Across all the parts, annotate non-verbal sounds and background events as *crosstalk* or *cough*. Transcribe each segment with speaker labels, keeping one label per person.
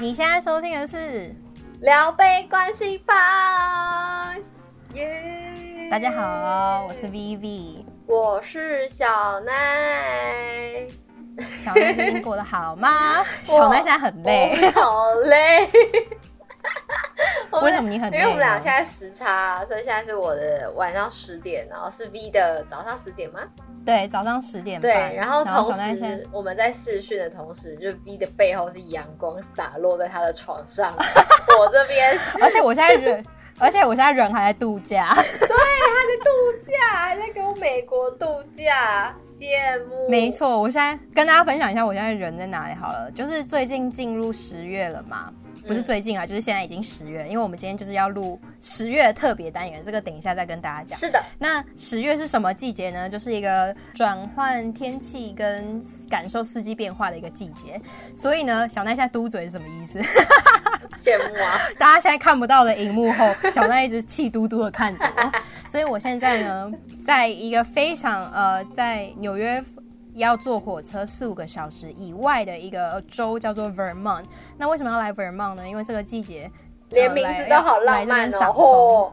Speaker 1: 你现在收听的是，
Speaker 2: 聊杯关系吧，耶！
Speaker 1: 大家好，我是 Vivi，
Speaker 2: 我是小奈，
Speaker 1: 小奈最近过得好
Speaker 2: *laughs*
Speaker 1: 吗？小奈现在很累，
Speaker 2: 我好累。我
Speaker 1: *laughs*
Speaker 2: 们
Speaker 1: 为什么你很累
Speaker 2: 因
Speaker 1: 呢
Speaker 2: 为我们俩现在时差，所以现在是我的晚上十点，然后是 V 的早上十点吗？
Speaker 1: 对，早上十点
Speaker 2: 对，
Speaker 1: 半，
Speaker 2: 然后同
Speaker 1: 小奈现在
Speaker 2: 时我们在视讯的同时，就 V 的背后是阳光洒落在他的床上， *laughs* 我这边是
Speaker 1: 而且我现在人，
Speaker 2: *laughs*
Speaker 1: 而且我现在人还在度假，
Speaker 2: 度假，还在给我美国度假，羡慕。
Speaker 1: 没错，我现在跟大家分享一下我现在人在哪里好了，就是最近进入十月了嘛，
Speaker 2: 嗯
Speaker 1: 不是最近啊，就是现在已经十月，因为我们今天就是要录十月特别单元，这个等一下再跟大家讲。
Speaker 2: 是的，
Speaker 1: 那十月是什么季节呢？就是一个转换天气跟感受四季变化的一个季节。所以呢，小奈现在嘟嘴是什么意思？ *laughs*
Speaker 2: 羡慕啊！
Speaker 1: 大家现在看不到的荧幕后，小奈一直气嘟嘟的看着我。所以我现在呢，在一个非常呃，在纽约要坐火车四五个小时以外的一个州，叫做 Vermont。那为什么要来 Vermont 呢？因为这个季节
Speaker 2: 连名字都好浪漫哦！吼、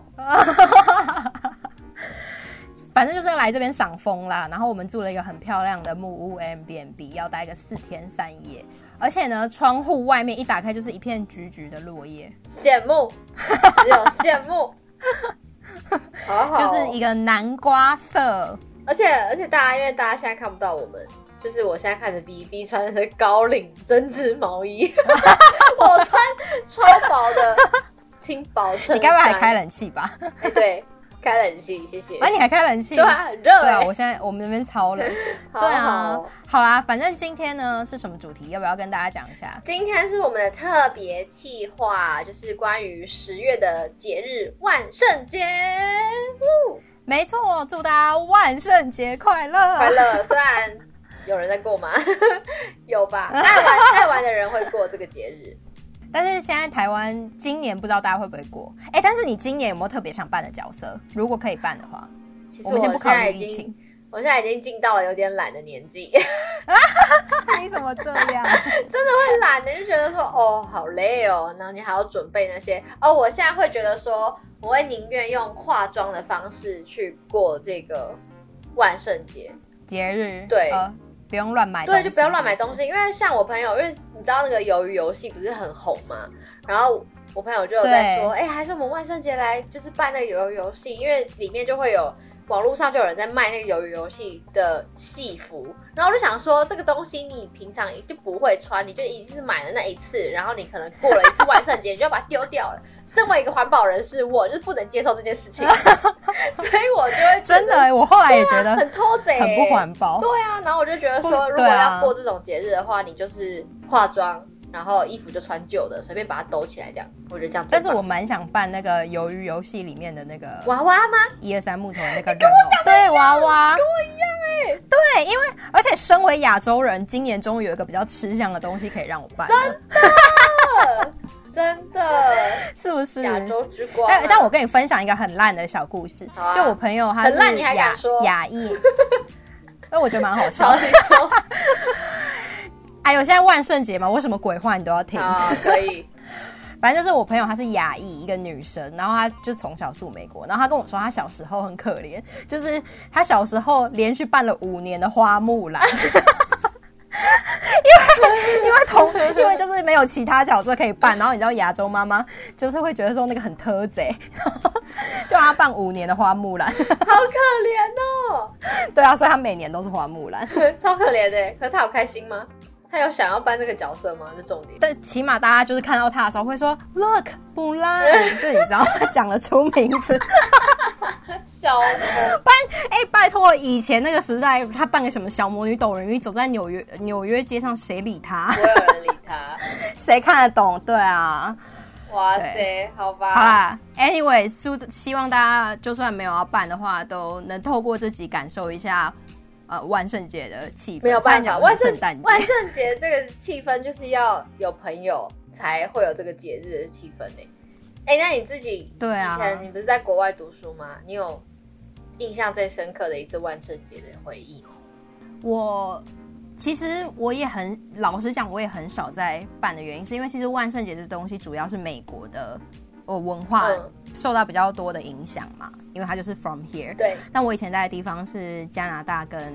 Speaker 1: 反正就是要来这边赏枫啦。然后我们住了一个很漂亮的木屋 M B N B，要待个四天三夜。而且呢，窗户外面一打开就是一片橘橘的落叶，
Speaker 2: 羡慕，只有羡
Speaker 1: *laughs*
Speaker 2: 慕。好好，
Speaker 1: 就是一个南瓜色。
Speaker 2: 而且而且大家因为大家现在看不到我们，就是我现在看着 B B 穿的是高领针织毛衣， *laughs* 我穿超薄的轻薄衬衫。
Speaker 1: 你该不会还开？冷气吧？
Speaker 2: 哎、对，开冷气，谢谢。
Speaker 1: *laughs* 啊，你还开冷气？
Speaker 2: 对啊，很热
Speaker 1: 对
Speaker 2: 哎、
Speaker 1: 啊，我现在我们那边超冷。
Speaker 2: *laughs* 好
Speaker 1: 对啊
Speaker 2: 好，
Speaker 1: 好啦，反正今天呢是什么主题？要不要跟大家讲一下？
Speaker 2: 今天是我们的特别企划，就是关于十月的节日万圣节。呜
Speaker 1: 没错，祝大家万圣节快乐！
Speaker 2: 快乐，虽然有人在过吗？ *laughs* 有
Speaker 1: *laughs*
Speaker 2: 吧，爱玩爱玩的人会过这个节日。
Speaker 1: 但是现在台湾今年不知道大家会不会过？哎、但是你今年有没有特别想扮的角色？如果可以扮的话，
Speaker 2: 其实
Speaker 1: 我
Speaker 2: 我
Speaker 1: 们先不
Speaker 2: 现
Speaker 1: 考
Speaker 2: 在
Speaker 1: 虑
Speaker 2: 已
Speaker 1: 疫
Speaker 2: 经，
Speaker 1: 情。
Speaker 2: *laughs* 我现在已经进到了有点懒的年纪，
Speaker 1: 你怎么这样？
Speaker 2: 会懒的就觉得说哦好累哦，然后你还要准备那些哦，我现在会觉得说，我会宁愿用化妆的方式去过这个万圣节，
Speaker 1: *laughs* 节日
Speaker 2: 对
Speaker 1: 呃，不用乱买东西，
Speaker 2: 对，就不要乱买东
Speaker 1: 西。
Speaker 2: 西，因为像我朋友，因为你知道那个鱿鱼游戏不是很红嘛，然后我朋友就有在说，哎、还是我们万圣节来就是办那个鱿鱼游戏，因为里面就会有网络上就有人在卖那个鱿鱼游戏的戏服，然后我就想说，这个东西你平常就不会穿，你就一次买了那一次，然后你可能过了一次万圣节，你就要把它丢掉了。身为一个环保人士，我就是不能接受这件事情， *laughs* 所以我就会觉得
Speaker 1: 真的、我后来也觉得
Speaker 2: 啊很偷贼、
Speaker 1: 很不环保。
Speaker 2: 对啊，然后我就觉得
Speaker 1: 哦不
Speaker 2: 说，如果
Speaker 1: 对啊
Speaker 2: 要过这种节日的话，你就是化妆，然后衣服就穿旧的，随便把它兜起来这样，我觉得这样最
Speaker 1: 但
Speaker 2: 棒。
Speaker 1: 是我蛮想扮那个鱿鱼游戏里面的那个
Speaker 2: 娃娃吗？
Speaker 1: 一二三木头的那
Speaker 2: 哎
Speaker 1: 个人偶，对娃娃，跟我一样哎、对，因为而且身为亚洲人，今年终于有一个比较吃香的东西可以让我扮了，
Speaker 2: 真的，
Speaker 1: 是不是？哎
Speaker 2: 亚洲之光啊、
Speaker 1: 但但我跟你分享一个很烂的小故事，
Speaker 2: 好啊
Speaker 1: 就我朋友他是
Speaker 2: 很烂你还敢
Speaker 1: 亚
Speaker 2: 说
Speaker 1: 亚
Speaker 2: *laughs*
Speaker 1: 裔，那我觉得蛮好笑
Speaker 2: 好，
Speaker 1: 的。
Speaker 2: 你
Speaker 1: *laughs*
Speaker 2: 说
Speaker 1: 哎呦，现在万圣节嘛，我什么鬼话你都要听。
Speaker 2: 好，啊可以，
Speaker 1: 反正就是我朋友，她是亚裔一个女生，然后她就从小住美国，然后她跟我说她小时候很可怜，就是她小时候连续办了五年的花木兰。因为因为同因为就是没有其他角色可以办，然后你知道亚洲妈妈就是会觉得说那个很特贼， *laughs* 就让她办五年的花木兰，
Speaker 2: 好可怜哦， *laughs*
Speaker 1: 对啊，所以她每年都是花木兰，
Speaker 2: 超可怜的。欸可是他有开心吗？他有想要扮这个角色吗？这重点。
Speaker 1: 但起码大家就是看到她的时候会说 Look 木兰，就你知道她讲得出名字，
Speaker 2: 小魔
Speaker 1: 拜哎、拜托，以前那个时代，他扮个什么小魔女斗人鱼，走在纽约纽约街上，谁理他 *laughs*
Speaker 2: 不？会有人理他。
Speaker 1: 谁看得懂？对啊，
Speaker 2: 哇塞，好吧，
Speaker 1: 好啦，anyway，祝希望大家就算没有要办的话，都能透过自己感受一下呃万圣节的气氛。
Speaker 2: 没有办
Speaker 1: 差
Speaker 2: 法，
Speaker 1: 点讲成
Speaker 2: 万圣
Speaker 1: 圣诞节
Speaker 2: 万圣节这个气氛就是要有朋友才会有这个节日的气氛呢、哎、那你自己
Speaker 1: 对啊
Speaker 2: 以前你不是在国外读书吗？你有印象最深刻的一次万圣节的回忆吗？
Speaker 1: 我其实我也很老实讲，我也很少在办的原因，是因为其实万圣节这东西主要是美国的呃文化
Speaker 2: 嗯
Speaker 1: 受到比较多的影响嘛，因为它就是 from here。
Speaker 2: 对，
Speaker 1: 但我以前待的地方是加拿大跟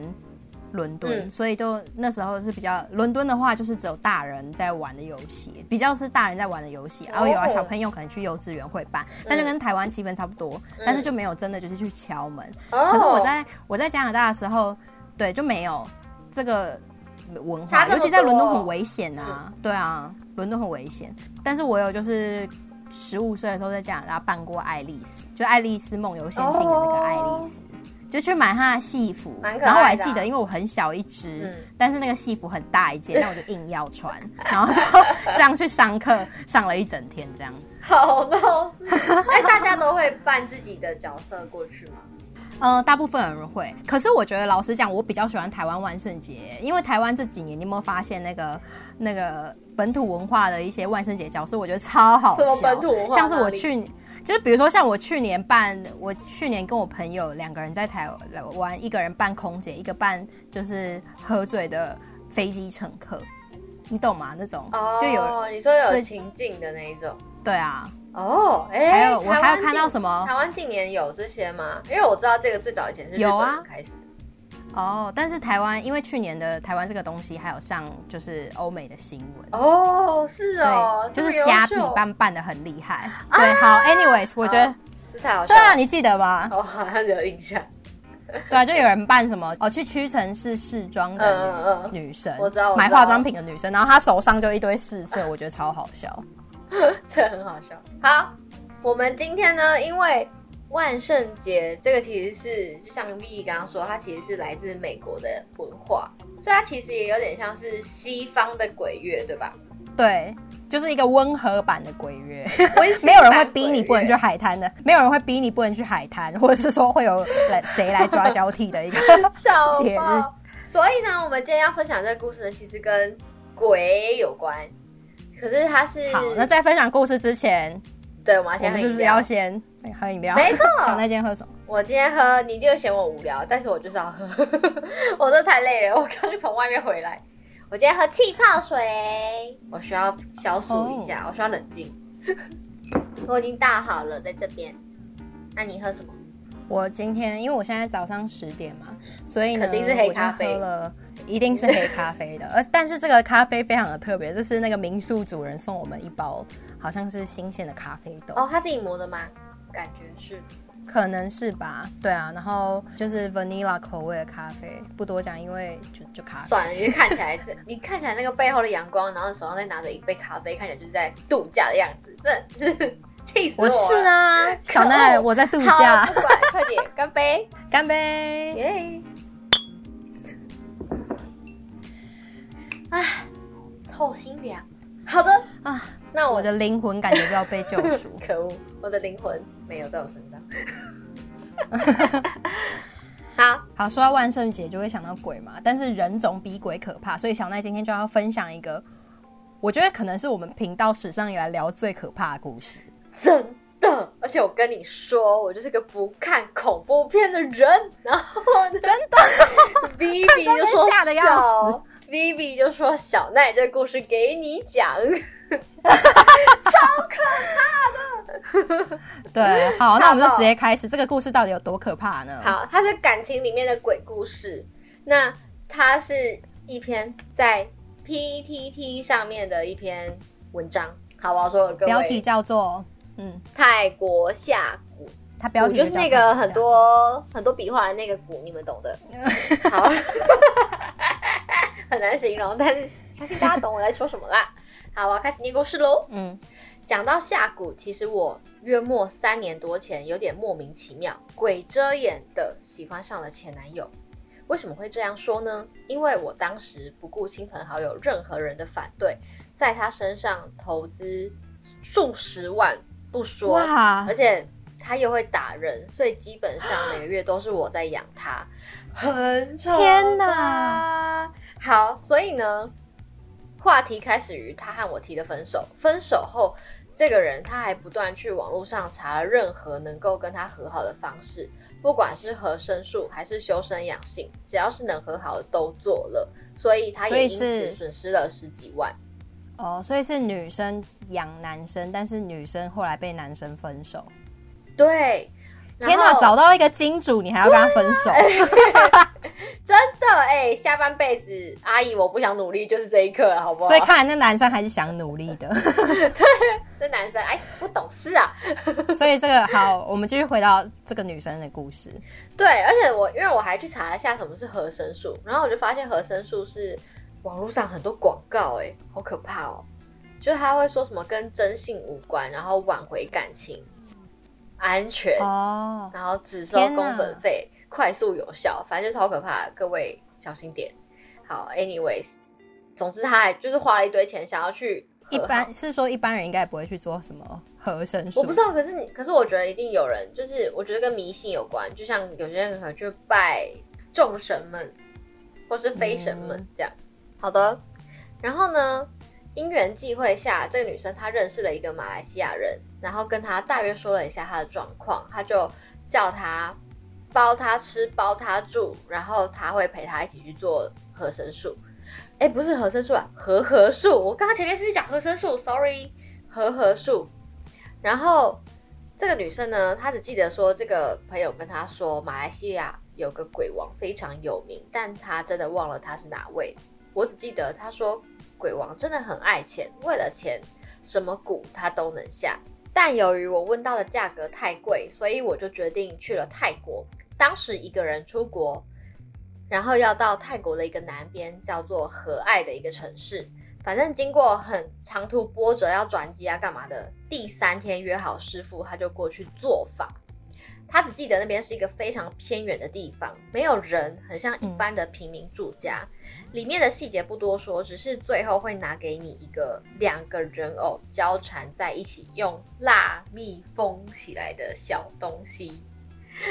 Speaker 1: 伦敦，
Speaker 2: 嗯
Speaker 1: 所以就那时候是比较伦敦的话，就是只有大人在玩的游戏，比较是大人在玩的游戏，然后有啊
Speaker 2: 哦
Speaker 1: 小朋友可能去幼稚园会办，但就跟台湾气氛差不多，
Speaker 2: 嗯
Speaker 1: 但是就没有真的就是去敲门。
Speaker 2: 哦，
Speaker 1: *laughs* 可是我在我在加拿大的时候，对就没有这个文化，
Speaker 2: 差这么
Speaker 1: 尤
Speaker 2: 多
Speaker 1: 其在伦敦很危险啊，对啊，伦敦很危险。但是我有就是十五岁的时候在加拿大办过爱丽丝，就爱丽丝梦游仙境的那个爱丽丝。就去买她的戏服，
Speaker 2: 哦蛮可爱的
Speaker 1: 然
Speaker 2: 啊
Speaker 1: 后我还记得，因为我很小一只，
Speaker 2: 嗯
Speaker 1: 但是那个戏服很大一
Speaker 2: *laughs*
Speaker 1: 件，那我就硬要穿，然后就这样去上课，上了一整天这样。
Speaker 2: 好闹事。哎，大家都会扮自己的角色过去吗？
Speaker 1: 呃，大部分人会。可是我觉得，老实讲，我比较喜欢台湾万圣节，因为台湾这几年，你有没有发现那个那个本土文化的一些万圣节角色，我觉得超好笑。
Speaker 2: 什么本土文化
Speaker 1: 像是我
Speaker 2: 哪里
Speaker 1: 去，就是比如说像我去年办，我去年跟我朋友两个人在台湾，一个人扮空姐，一个扮就是喝醉的飞机乘客，你懂吗？那种、
Speaker 2: 哦，
Speaker 1: 就有
Speaker 2: 你说有
Speaker 1: 最
Speaker 2: 情境的那一种。
Speaker 1: 对啊，
Speaker 2: 哦，哎、
Speaker 1: 还有我
Speaker 2: 台湾
Speaker 1: 还有看
Speaker 2: 近
Speaker 1: 到什么
Speaker 2: 台湾近年有这些吗？因为我知道这个最早以前是日
Speaker 1: 有
Speaker 2: 本
Speaker 1: 啊
Speaker 2: 人开始的。
Speaker 1: 哦，但是台湾因为去年的台湾这个东西，还有上就是欧美的新闻。
Speaker 2: 哦，是哦
Speaker 1: 对，，就是
Speaker 2: 这么优
Speaker 1: 虾
Speaker 2: 秀
Speaker 1: 比办办的很厉害。对，好，anyways，我觉得
Speaker 2: 好是太好笑
Speaker 1: 对啊，
Speaker 2: 了。
Speaker 1: 你记得吧？
Speaker 2: *laughs* 哦，好像有印象，
Speaker 1: 对啊，就有人办什么哦，去屈臣氏试妆
Speaker 2: 嗯嗯
Speaker 1: 的
Speaker 2: 嗯 *laughs*
Speaker 1: 女女生，
Speaker 2: 我知道我知道
Speaker 1: 买化妆品的女生，然后她手上就一堆试色，我觉得超好笑。
Speaker 2: 这很好笑。好，我们今天呢，因为万圣节这个其实是就像明碧刚刚说，它其实是来自美国的文化，所以它其实也有点像是西方的鬼月，对吧？
Speaker 1: 对，就是一个温和版的鬼
Speaker 2: *laughs*
Speaker 1: 月，
Speaker 2: 温
Speaker 1: *laughs*
Speaker 2: 馨版
Speaker 1: 没有人会逼你
Speaker 2: 鬼
Speaker 1: 不能去
Speaker 2: 月
Speaker 1: 海滩的，没有人会逼你不能去海滩，或者是说会有来谁来抓交替的一
Speaker 2: *laughs*
Speaker 1: 个。
Speaker 2: 笑
Speaker 1: 节
Speaker 2: 爆！所以呢，我们今天要分享这个故事呢，其实跟鬼有关，可是它是
Speaker 1: 好，那在分享故事之前，
Speaker 2: 对，我们要
Speaker 1: 我
Speaker 2: 先喝
Speaker 1: 们
Speaker 2: 饮
Speaker 1: 是不是
Speaker 2: 料
Speaker 1: 要？先喝饮料？*laughs*
Speaker 2: 没错
Speaker 1: 小奈今天喝什么？
Speaker 2: 我今天喝，你一定会嫌我无聊，但是我就是要喝， *laughs* 我真的太累了，我刚从外面回来，我今天喝气泡水，我需要消暑
Speaker 1: 哦
Speaker 2: 一下我需要冷静。 *laughs* 我已经倒好了，在这边。那你喝什么？
Speaker 1: 我今天因为我现在早上十点嘛，所以呢，
Speaker 2: 肯定是黑咖啡
Speaker 1: 我就喝了，一定是黑咖啡的。而但是这个咖啡非常的特别，这是那个民宿主人送我们一包，好像是新鲜的咖啡豆，
Speaker 2: 哦，他自己磨的吗？感觉是。
Speaker 1: 可能是吧？对啊，然后就是 vanilla 口味的咖啡，不多讲，因为就就咖啡。
Speaker 2: 算了，你就看起来是， *laughs* 你看起来那个背后的阳光，然后手上再拿着一杯咖啡，看起来就是在度假的样子，真的是 *laughs* 气死
Speaker 1: 我
Speaker 2: 了！
Speaker 1: 是啊，
Speaker 2: 可恶
Speaker 1: 小奈，我在度
Speaker 2: *laughs* 好
Speaker 1: 假，
Speaker 2: 不管，快点干杯！
Speaker 1: 干杯！
Speaker 2: 耶！哎，透心凉。好的，
Speaker 1: 啊，
Speaker 2: 那
Speaker 1: 我
Speaker 2: 我。
Speaker 1: 的灵魂感觉到被救赎
Speaker 2: 可恶，我的灵魂没有在我身 *laughs* 上。好，
Speaker 1: 好，说到万圣节就会想到鬼嘛，但是人总比鬼可怕，所以小奈今天就要分享一个，我觉得可能是我们频道史上以来聊最可怕的故事。
Speaker 2: 真的，而且我跟你说，我就是个不看恐怖片的人。然后呢，真的 *laughs* ，Vivi 就
Speaker 1: 真的
Speaker 2: 说
Speaker 1: 吓得要死
Speaker 2: 小，Vivi 就说小奈这故事给你讲。
Speaker 1: 对， *laughs* 好，
Speaker 2: 好
Speaker 1: 那我们就直接开始，这个故事到底有多可怕呢？，
Speaker 2: 好，它是感情里面的鬼故事。那它是一篇在 PTT 上面的一篇文章。好，我要说了各
Speaker 1: 标题
Speaker 2: 位，
Speaker 1: 叫做嗯，
Speaker 2: 泰国下蛊，
Speaker 1: 它标
Speaker 2: 蛊
Speaker 1: 题
Speaker 2: 就是
Speaker 1: 叫
Speaker 2: 那个
Speaker 1: 做
Speaker 2: 很多很多笔画的那个蛊，你们懂
Speaker 1: *laughs*
Speaker 2: 的。好， *laughs* 很难形容，但是相信大家懂我在说什么啦。好，我要开始念故事喽。
Speaker 1: 嗯，
Speaker 2: 讲到下蛊，其实我约莫三年多前有点莫名其妙，鬼遮眼的喜欢上了前男友。为什么会这样说呢？因为我当时不顾亲朋好友任何人的反对，在他身上投资数十万不说，
Speaker 1: 哇
Speaker 2: 而，且他又会打人，所以基本上每个月都是我在养他，很丑。
Speaker 1: 天
Speaker 2: 哪！好，所以呢，话题开始于他和我提的分手。分手后，这个人他还不断去网络上查了任何能够跟他和好的方式，不管是合身术还是修身养性，只要是能和好的都做了，所以他也因
Speaker 1: 所以是
Speaker 2: 此损失了十几万。
Speaker 1: 哦，所以是女生养男生，但是女生后来被男生分手。
Speaker 2: 对，然
Speaker 1: 天哪，
Speaker 2: 后哎
Speaker 1: 找到一个金主，你还要跟他分手？
Speaker 2: 真的哎、下半辈子阿姨我不想努力，就是这一刻了，好不好？
Speaker 1: 所以看来那男生还是想努力的。
Speaker 2: 这男生哎不懂事啊。
Speaker 1: *laughs* 所以这个好，我们继续回到这个女生的故事。
Speaker 2: 对，而且我因为我还去查了一下什么是合身术，然后我就发现合身术是网络上很多广告、哎，好可怕哦！就是他会说什么跟真性无关，然后挽回感情、安全，
Speaker 1: 哦，
Speaker 2: 然后只收
Speaker 1: 天哪
Speaker 2: 工本费，快速有效，反正就是超可怕的，各位小心点。好，anyways，总之他还就是花了一堆钱想要去和
Speaker 1: 一
Speaker 2: 好
Speaker 1: 般是说一般人应该也不会去做什么合身术，
Speaker 2: 我不知道，可是你，可是我觉得一定有人，就是我觉得跟迷信有关，就像有些人可能去拜众神们，或是非神们
Speaker 1: 嗯
Speaker 2: 这样。好的，然后呢，因缘际会下，这个女生她认识了一个马来西亚人，然后跟她大约说了一下她的状况，她就叫她包她吃包她住，然后她会陪她一起去做合身术。哎，不是合身术啊，合合术。我刚刚前面是不是讲合身术？Sorry，合合术。然后这个女生呢，她只记得说这个朋友跟她说，马来西亚有个鬼王非常有名，但她真的忘了他是哪位。我只记得她说鬼王真的很爱钱，为了钱什么股他都能下。但由于我问到的价格太贵，所以我就决定去了泰国。当时一个人出国，然后要到泰国的一个南边叫做和爱的一个城市，反正经过很长途波折，要转机啊，干嘛的？第三天约好师傅，他就过去做法。他只记得那边是一个非常偏远的地方，没有人，很像一
Speaker 1: 嗯
Speaker 2: 般的平民住家。里面的细节不多说，只是最后会拿给你一个两个人偶交缠在一起，用蜡密封起来的小东西， *laughs*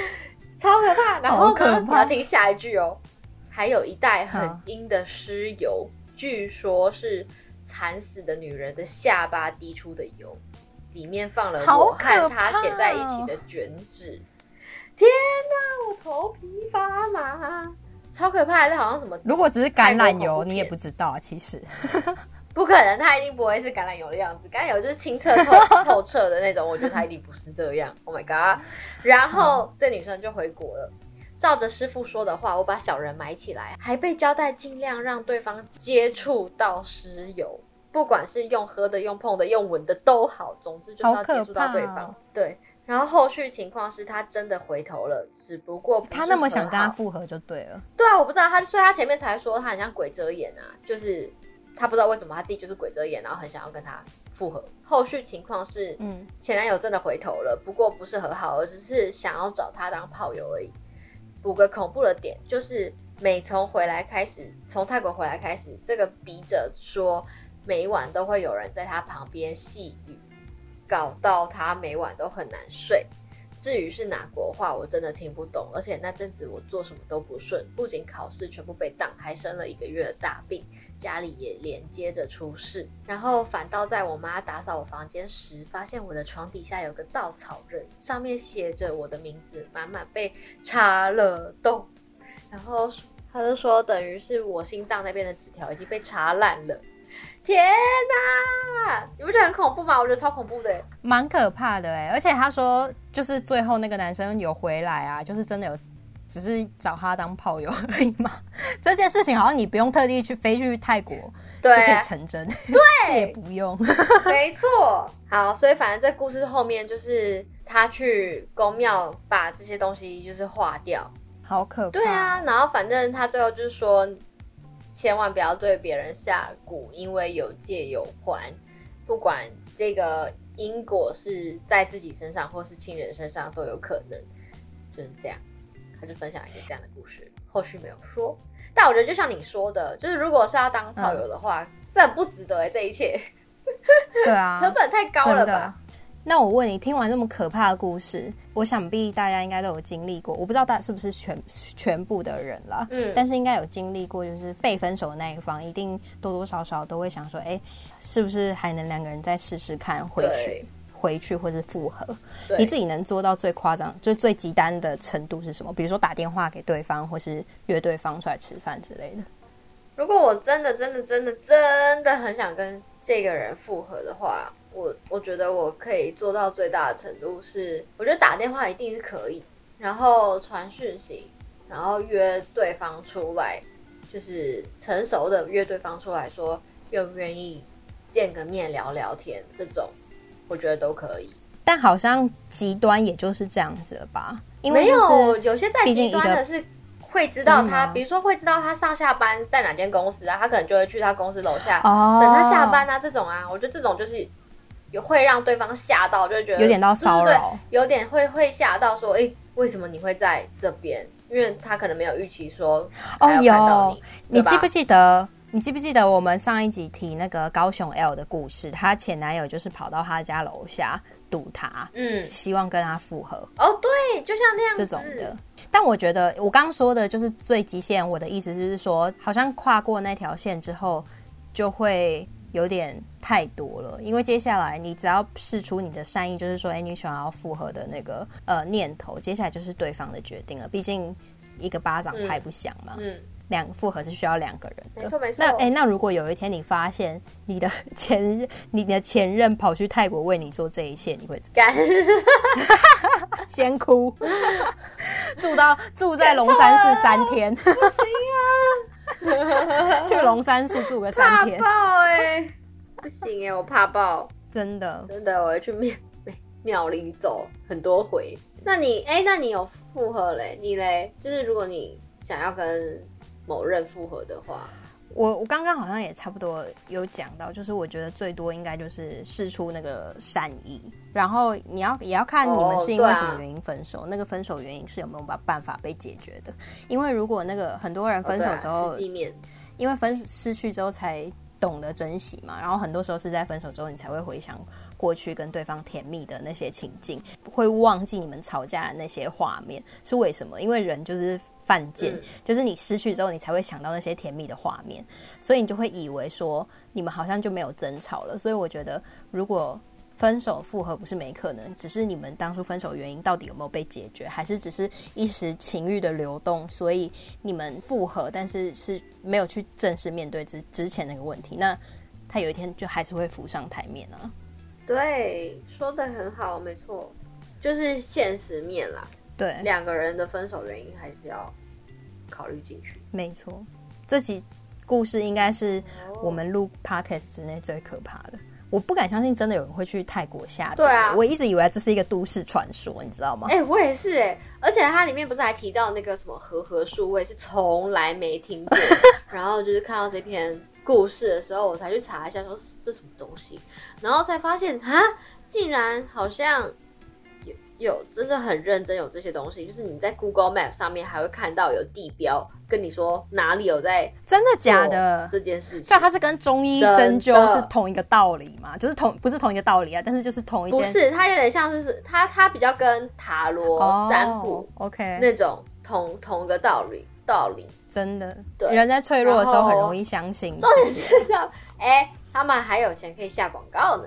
Speaker 2: 超可怕。然后
Speaker 1: 好可
Speaker 2: 呢，
Speaker 1: 怕
Speaker 2: 你要听下一句哦。还有一袋很
Speaker 1: 好
Speaker 2: 阴的尸油，据说是惨死的女人的下巴滴出的油，里面放了
Speaker 1: 好
Speaker 2: 我
Speaker 1: 可怕哦
Speaker 2: 和她写在一起的卷纸。天哪，我头皮发麻，超可怕！这好像什么？
Speaker 1: 如果只是橄榄
Speaker 2: 泰国恐怖
Speaker 1: 油，
Speaker 2: 片
Speaker 1: 你也不知道啊。其实，
Speaker 2: 不可能，它一定不会是橄榄油的样子。橄榄油就是清澈透透彻的那
Speaker 1: *laughs*
Speaker 2: 种，我觉得它一定不是这样。Oh my god！然后这女生就回国了，照着师傅说的话，我把小人埋起来，还被交代尽量让对方接触到尸油，不管是用喝的、用碰的、用闻的都好，总之就是要
Speaker 1: 好可
Speaker 2: 接触到对
Speaker 1: 怕
Speaker 2: 方
Speaker 1: 哦。
Speaker 2: 对。然后后续情况是他真的回头了，只不过不
Speaker 1: 他
Speaker 2: 是
Speaker 1: 那么
Speaker 2: 和
Speaker 1: 想跟他
Speaker 2: 好
Speaker 1: 复合就对了。
Speaker 2: 对啊，我不知道他，所以他前面才说他很像鬼遮眼啊，就是他不知道为什么他自己就是鬼遮眼，然后很想要跟他复合。后续情况是，
Speaker 1: 嗯，
Speaker 2: 前男友真的回头了，不过不是和好，而只是想要找他当炮友而已。补个恐怖的点，就是每从回来开始，从泰国回来开始，这个笔者说每晚都会有人在他旁边细语，搞到他每晚都很难睡。至于是哪国话，我真的听不懂，而且那阵子我做什么都不顺，不仅考试全部被当，还生了一个月的大病。家里也连接着出事，然后反倒在我妈打扫我房间时，发现我的床底下有个稻草人，上面写着我的名字，满满被插了洞。然后她就说，等于是我心脏那边的纸条已经被插烂了。天哪，你不觉得很恐怖吗？我觉得超恐怖的耶。
Speaker 1: 蛮可怕的哎、而且他说，就是最后那个男生有回来啊，就是真的有，只是找他当炮友而已嘛。 *laughs* 这件事情好像你不用特地去飞去泰国
Speaker 2: 对
Speaker 1: 就可
Speaker 2: 啊
Speaker 1: 以，成真， *laughs* 对也不用。
Speaker 2: 没错，好，所以反正这故事后面就是他去公庙把这些东西就是化掉，
Speaker 1: 好可怕！
Speaker 2: 对，啊，然后反正他最后就是说，千万不要对别人下蛊，因为有借有还，不管这个因果是在自己身上或是亲人身上都有可能，就是这样。他就分享一个这样的故事，后续没有说。但我觉得就像你说的，就是如果是要当炮友的话，这很不值得哎、欸，这一切
Speaker 1: 对啊，
Speaker 2: 成本太高了
Speaker 1: 真的
Speaker 2: 吧？。
Speaker 1: 那我问你，听完这么可怕的故事，我想必大家应该都有经历过。我不知道大家是不是全全部的人啦，
Speaker 2: 嗯
Speaker 1: 但是应该有经历过，就是被分手的那一方，一定多多少少都会想说，哎、是不是还能两个人再试试看回去？
Speaker 2: 对，
Speaker 1: 回去或是复合。
Speaker 2: 对
Speaker 1: 你自己能做到最夸张，就最极端的程度是什么？比如说打电话给对方，或是约对方出来吃饭之类的。
Speaker 2: 如果我真的真的真的真的很想跟这个人复合的话，我我觉得我可以做到最大的程度是，我觉得打电话一定是可以，然后传讯息，然后约对方出来，就是成熟的约对方出来说愿不愿意见个面聊聊天，这种我觉得都可以。
Speaker 1: 但好像极端也就是这样子了吧？因为
Speaker 2: 没
Speaker 1: 就是
Speaker 2: 有，有些再
Speaker 1: 毕竟
Speaker 2: 极
Speaker 1: 一
Speaker 2: 端
Speaker 1: 个嗯啊
Speaker 2: 的是会知道
Speaker 1: 真的
Speaker 2: 他，
Speaker 1: 吗
Speaker 2: 比如说会知道他上下班在哪间公司啊，他可能就会去他公司楼下
Speaker 1: 哦，
Speaker 2: 等他下班啊，这种啊，我觉得这种就是有会让对方吓到，就会觉得
Speaker 1: 有点到骚扰
Speaker 2: 对对对有点会会吓到说，哎、为什么你会在这边？因为他可能没有预期说
Speaker 1: 哦
Speaker 2: 还有看到你，
Speaker 1: 你
Speaker 2: 对吧
Speaker 1: 记不记得？你记不记得我们上一集提那个高雄 L 的故事？她前男友就是跑到她家楼下堵她，
Speaker 2: 嗯，
Speaker 1: 希望跟她复合
Speaker 2: 哦，对，就像那样
Speaker 1: 这
Speaker 2: 子
Speaker 1: 种的。但我觉得我刚说的就是最极限。我的意思就是说，好像跨过那条线之后，就会有点太多了。因为接下来你只要试出你的善意，就是说，哎，你想要复合的那个呃念头，接下来就是对方的决定了。毕竟一个巴掌拍不响嘛。
Speaker 2: 嗯，
Speaker 1: 两复合是需要两个人的，
Speaker 2: 没错没错
Speaker 1: 那哎、那如果有一天你发现你的 *laughs* 前任、你的前任跑去泰国为你做这一切，你会怎 *laughs*
Speaker 2: 感
Speaker 1: 么先哭，住到住在龙山寺三
Speaker 2: *laughs*
Speaker 1: 天，去龙山寺住个
Speaker 2: 啊 *laughs* 怕
Speaker 1: 三天，
Speaker 2: 爆哎、不行哎、我怕爆。
Speaker 1: 真的
Speaker 2: 真的，我会去庙庙里走很多回。那你哎、那你有复合嘞？你嘞？就是如果你想要跟某任复合的话，
Speaker 1: 我我刚刚好像也差不多有讲到，就是我觉得最多应该就是试出那个善意，然后你要也要看你们
Speaker 2: 哦
Speaker 1: 是因为
Speaker 2: 对啊
Speaker 1: 什么原因分手，那个分手原因是有没有办办法被解决的。因为如果那个很多人分手之
Speaker 2: 哦对啊
Speaker 1: 后，
Speaker 2: 实际面，
Speaker 1: 因为分失去之后才懂得珍惜嘛，然后很多时候是在分手之后你才会回想过去跟对方甜蜜的那些情境，会忘记你们吵架的那些画面，是为什么？因为人就是犯贱，
Speaker 2: 嗯
Speaker 1: 就是你失去之后你才会想到那些甜蜜的画面，所以你就会以为说你们好像就没有争吵了。所以我觉得如果分手复合不是没可能，只是你们当初分手原因到底有没有被解决，还是只是一时情欲的流动，所以你们复合，但是是没有去正式面对之之前那个问题，那他有一天就还是会浮上台面啊。
Speaker 2: 对，说的很好，没错，就是现实面啦。
Speaker 1: 对，
Speaker 2: 两个人的分手原因还是要考虑进去。
Speaker 1: 没错，这集故事应该是我们录 podcast 之内最可怕的。我不敢相信，真的有人会去泰国下毒。
Speaker 2: 对啊
Speaker 1: 我一直以为这是一个都市传说，你知道吗？
Speaker 2: 哎、我也是哎、而且它里面不是还提到那个什么和合术，我也是从来没听
Speaker 1: *laughs*
Speaker 2: 过。然后就是看到这篇故事的时候，我才去查一下，说这什么东西，然后才发现啊，竟然好像有有真的很认真有这些东西，就是你在 Google Map 上面还会看到有地标跟你说哪里有在
Speaker 1: 真的
Speaker 2: 做
Speaker 1: 假的？
Speaker 2: 这件事
Speaker 1: 所
Speaker 2: 情
Speaker 1: 以。它是跟中医
Speaker 2: 真的
Speaker 1: 针灸是同一个道理嘛？就是同不是同一个道理啊，但是就是同一
Speaker 2: 不
Speaker 1: 件
Speaker 2: 是，它有点像是是它，它比较跟塔罗、
Speaker 1: 哦
Speaker 2: 占卜
Speaker 1: OK，
Speaker 2: 那种同同一个道理道理，
Speaker 1: 真的，
Speaker 2: 对
Speaker 1: 人在脆弱的时
Speaker 2: 然
Speaker 1: 候
Speaker 2: 后
Speaker 1: 很容易相信。
Speaker 2: 重点是这样， *laughs* 哎、他们还有钱可以下广告呢。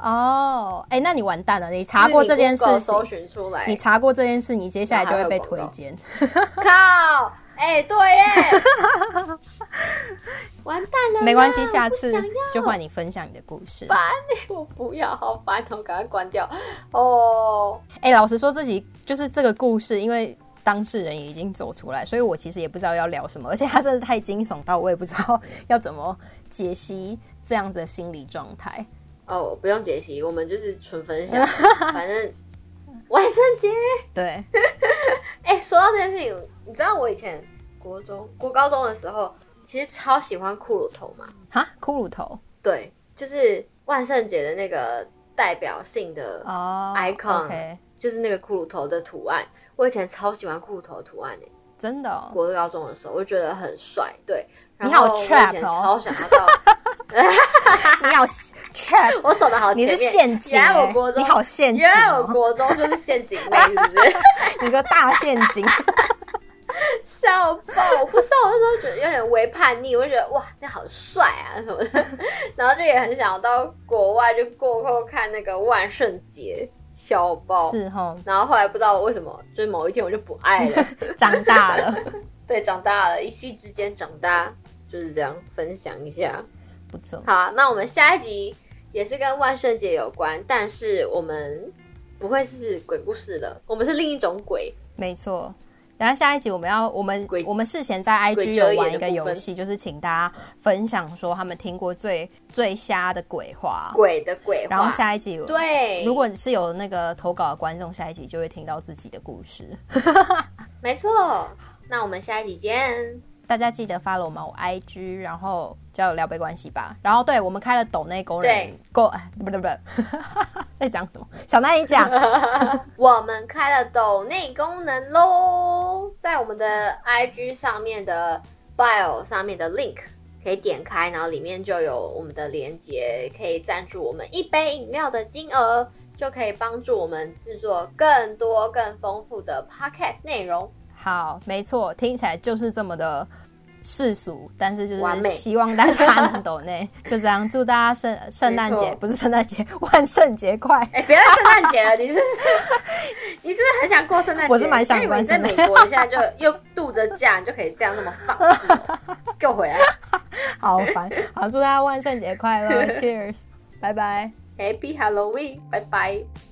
Speaker 1: 哦，哎、那你完蛋了，你查过这件事
Speaker 2: 就是你 Google
Speaker 1: 情，
Speaker 2: 搜寻出来
Speaker 1: 你，查过这件事，你接下来就会被推荐。
Speaker 2: 靠，哎、对
Speaker 1: *laughs*
Speaker 2: 耶，完蛋了啦，
Speaker 1: 没关系，下次
Speaker 2: 啊我不想要
Speaker 1: 就换你分享你的故事。
Speaker 2: 烦， *laughs* 我不要，好烦哦，赶快关掉哦。
Speaker 1: 哎、老实说，自己就是这个故事，因为当事人也已经走出来，所以我其实也不知道要聊什么，而且他真的太惊悚到我也不知
Speaker 2: *laughs*
Speaker 1: 道要怎么解析这样子的心理状态。
Speaker 2: 哦，不用解析，我们就是纯
Speaker 1: *laughs*
Speaker 2: 分享，反正万圣节。
Speaker 1: 对，
Speaker 2: 哎、说到这件事情，你知道我以前国中、国高中的时候，其实超喜欢骷髅头嘛。
Speaker 1: 哈，骷髅头
Speaker 2: 对，就是万圣节的那个代表性的，
Speaker 1: 哦
Speaker 2: Icon
Speaker 1: OK，
Speaker 2: 就是那个骷髅头的图案。我以前超喜欢骷髅头的图案诶、
Speaker 1: 真的、哦，
Speaker 2: 国高中的时候我就觉得很帅。对，然
Speaker 1: 你好
Speaker 2: 后我以前
Speaker 1: trap 哦
Speaker 2: 超想要到，
Speaker 1: 你好 trap，
Speaker 2: *laughs* 我走的好前
Speaker 1: *laughs* 你
Speaker 2: 面，
Speaker 1: 是陷阱、
Speaker 2: 原来
Speaker 1: 欸
Speaker 2: 我国，中
Speaker 1: 你好哦陷阱、
Speaker 2: 原来我
Speaker 1: 哦，
Speaker 2: 国中就是陷阱妹，是不是？
Speaker 1: 你个大陷阱。
Speaker 2: 笑爆！我不知道我那时候觉得有点微叛逆，我就觉得哇，那好帅啊什么的， *laughs* 然后就也很想要到国外就过后看那个万圣节小包，
Speaker 1: 是哈，
Speaker 2: 然后后来不知道为什么，就是某一天我就不爱了，
Speaker 1: 长大了，
Speaker 2: 对，长大了，一夕之间长大，就是这样分享一下。
Speaker 1: 不错，
Speaker 2: 好，那我们下一集也是跟万圣节有关，但是我们不会是鬼故事了，我们是另一种鬼。
Speaker 1: 没错。然后下一集我们要，我们
Speaker 2: 鬼
Speaker 1: 我们事前在 IG
Speaker 2: 鬼遮眼的
Speaker 1: 有玩一个游
Speaker 2: 部
Speaker 1: 戏，就是请大家分享说他们听过最最瞎的鬼话。
Speaker 2: 鬼的鬼话。
Speaker 1: 然后下一集，，
Speaker 2: 对，
Speaker 1: 如果你是有那个投稿的观众，下一集就会听到自己的故事。
Speaker 2: 没错，那我们下一集见。
Speaker 1: 大家记得 follow 我们我 IG，然后叫聊杯关系吧。然后对我们开了抖内工人
Speaker 2: 对
Speaker 1: 购，哎不对不 *laughs* 对，在讲什么？小奈你讲，
Speaker 2: 我们开了抖内功能喽，在我们的 IG 上面的 bio 上面的 link 可以点开，然后里面就有我们的连接，可以赞助我们一杯饮料的金额，就可以帮助我们制作更多更丰富的 podcast 内容。
Speaker 1: 好，没错，听起来就是这么的世俗，但是就
Speaker 2: 完
Speaker 1: 是
Speaker 2: 美
Speaker 1: 希望大家能懂呢。 *laughs* 就这样，祝大家圣圣诞
Speaker 2: 没
Speaker 1: 节
Speaker 2: 错
Speaker 1: 不是圣诞节，万圣节快！
Speaker 2: 哎、别再圣诞节了，你是你是 *laughs* 不是很想过圣诞节？
Speaker 1: 我是蛮想
Speaker 2: 那你
Speaker 1: 过
Speaker 2: 们在
Speaker 1: 圣诞
Speaker 2: 美国，你现在就又度着假，你就可以这样那么放肆哦，给我回来
Speaker 1: 好烦，
Speaker 2: *laughs*
Speaker 1: 好，祝大家万圣节快乐，Cheers，拜拜。
Speaker 2: ，Happy Halloween，拜拜。